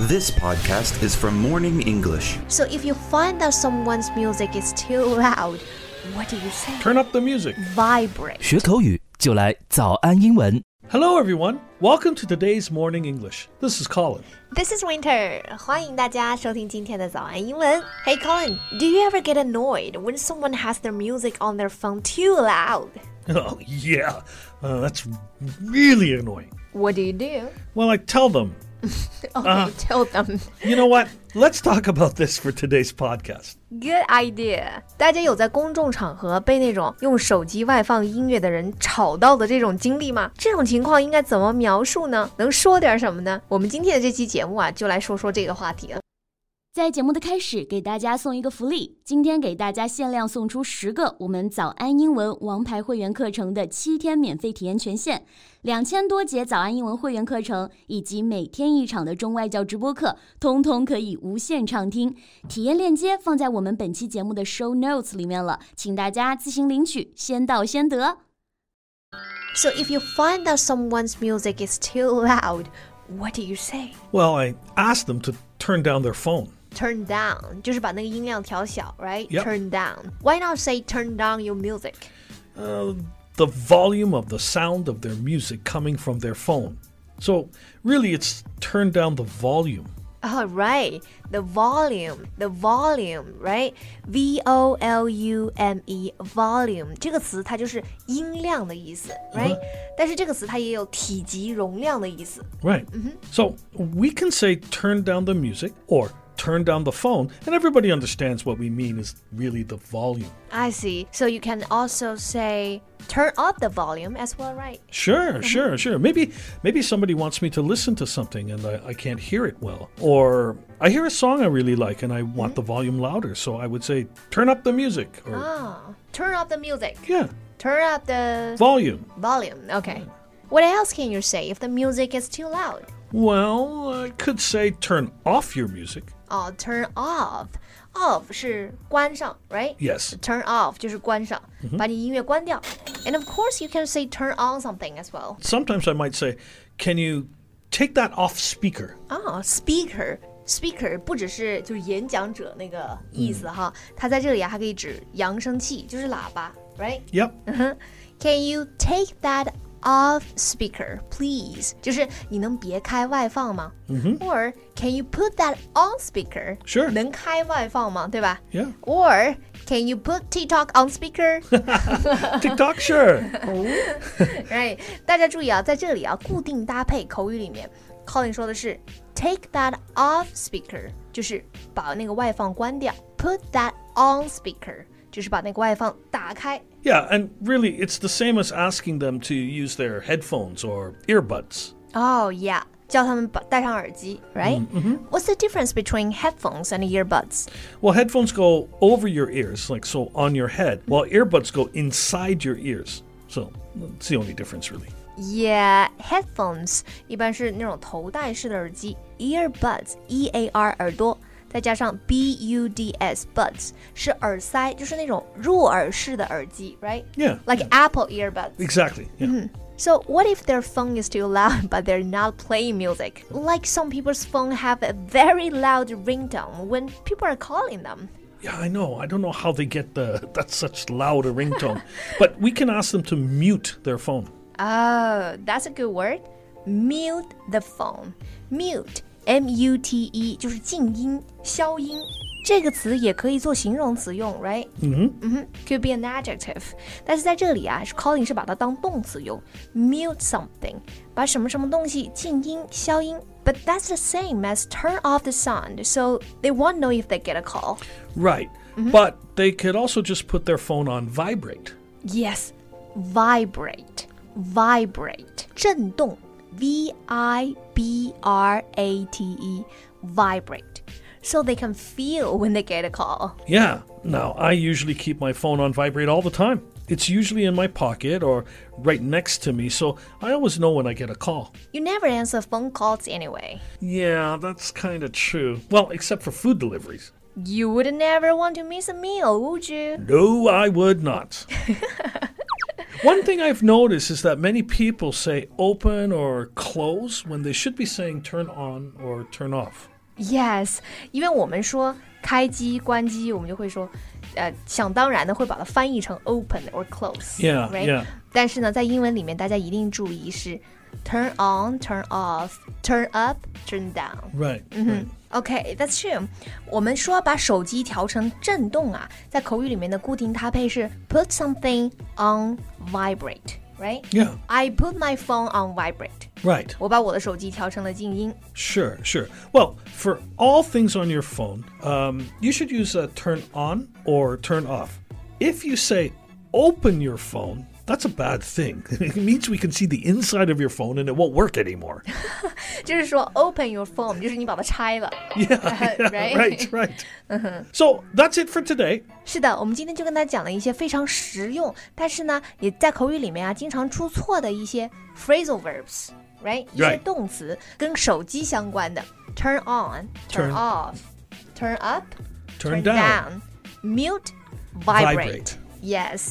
This podcast is from Morning English. So if you find that someone's music is too loud, what do you say? Turn up the music. Vibrate. 学口语就来早安英文。 Hello, everyone. Welcome to today's morning English. This is Colin. This is Winter. 欢迎大家收听今天的早安英文。Hey Colin, do you ever get annoyed when someone has their music on their phone too loud? Oh, yeah. Uh, that's really annoying. What do you do? Well, I tell them, Oh, you tell them. you know what? Let's talk about this for today's podcast. Good idea. 大家有在公众场合被那种用手机外放音乐的人吵到的这种经历吗？这种情况应该怎么描述呢？能说点什么呢？我们今天的这期节目啊，就来说说这个话题了。在节目的开始，给大家送一个福利，今天给大家限量送出十个我们早安英文王牌会员课程的七天免费体验权限，两千多节早安英文会员课程以及每天一场的中外教直播课，通通可以无限畅听。体验链接放在我们本期节目的 show notes 里面了，请大家自行领取，先到先得。 So if you find that someone's music is too loud, what do you say? Well, I asked them to turn down their phone. Turn down 就是把那个音量调小，right? Yep. Turn down. Why not say turn down your music? Uh, the volume of the sound of their music coming from their phone. So, really, it's turn down the volume. All right, the volume, the volume, right? V O L U M E, volume 这个词它就是音量的意思，right？、但是这个词它也有体积、容量的意思。 Right. So we can say turn down the music or turn down the phone, and everybody understands what we mean is really the volume. I see. So you can also say turn up the volume as well, right? Sure, sure, sure. Maybe maybe somebody wants me to listen to something and I, I can't hear it well. Or I hear a song I really like and I want the volume louder, so I would say turn up the music or Ah, turn up the music. yeah, Turn up the volume. volume. Okay. What else can you say if the music is too loud? Well, I could say turn off your music. 哦、t u r n Oh, off. Off 是关上，right? Yes. Turn off 就是关上，把你音乐关掉。And of course, you can say turn on something as well. Sometimes I might say, "Can you take that off speaker?" 啊、s p e a k e r Speaker 不只是就是演讲者那个意思哈，它在这里啊还可以指扬声器，就是喇叭，right? Yep. Can you take that off speaker, please? 就是你能别开外放吗、？Or can you put that on speaker? 嗯 Sure. 能开外放吗？对吧 Yeah. Or can you put TikTok on speaker? TikTok, sure. right？大家注意啊，在这里啊，固定搭配口语里面，Colin 说的是 take that off speaker，就是把那个外放关掉；put that on speaker，就是把那个外放打开。 Yeah, and really, it's the same as asking them to use their headphones or earbuds. Oh yeah，叫他们把戴上耳机，right？、What's Mm-hmm. the difference between headphones and earbuds？ Well, headphones go over your ears, like so on your head, while earbuds go inside your ears. So it's the only difference, really. Yeah, headphones 一般是那种头戴式的耳机，earbuds e a r 耳朵，再加上 b u d s buds 是耳塞，就是那种入耳式的耳机，right? Yeah. Like Apple earbuds. Exactly. Yeah. So what if their phone is too loud, but they're not playing music? Like some people's phone have a very loud ringtone when people are calling them. yeah, I know. I don't know how they get the that's such loud a ringtone, but we can ask them to mute their phone. Oh, that's a good word. Mute the phone. Mute, M U T E 就是静音、消音。这个词也可以做形容词用，right？嗯哼，could be an adjective。但是在这里啊是，Colin 是把它当动词用，mute something，把什么什么东西静音、消音。But that's the same as turn off the sound, so they won't know if they get a call. Right. But they could also just put their phone on vibrate. Yes, vibrate, vibrate，震动，v i b r a t e, vibrate. So they can feel when they get a call. Yeah. Now, I usually keep my phone on vibrate all the time. It's usually in my pocket or right next to me, so I always know when I get a call. You never answer phone calls anyway. Yeah, that's kind of true. Well, except for food deliveries. You would never want to miss a meal, would you? No, I would not. One thing I've noticed is that many people say open or close when they should be saying turn on or turn off. Yes，因为我们说开机、关机，我们就会说，呃，想当然的会把它翻译成 open or Yeah, close，right？ yeah. 但是呢，在英文里面，大家一定注意是 turn on、turn off、turn up、turn down。 Right. right. OK，that's、true。我们说把手机调成震动啊，在口语里面的固定搭配是 put something on vibrate，right？ Yeah. I put my phone on vibrate。 Right. 我把我的手机调成了静音。 Sure, sure. Well, for all things on your phone, um, you should use a turn on or turn off. If you say open your phone, that's a bad thing. it means we can see the inside of your phone and it won't work anymore. 就是说 open your phone，就是你把它拆了。 Yeah, yeah, Right. right. Uh-huh. right. So that's it for today. 是的，我们今天就跟大家讲了一些非常实用，但是呢，也在口语里面啊经常出错的一些 phrasal verbs。Right，一些 Right 动词跟手机相关的，turn on、turn Turn- off、turn up、 Turn, down. mute、 Vibrate. vibrate。Yes，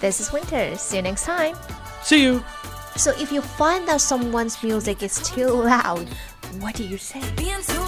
This is Winter. See you next time. See you. So if you find that someone's music is too loud, what do you say? Bien su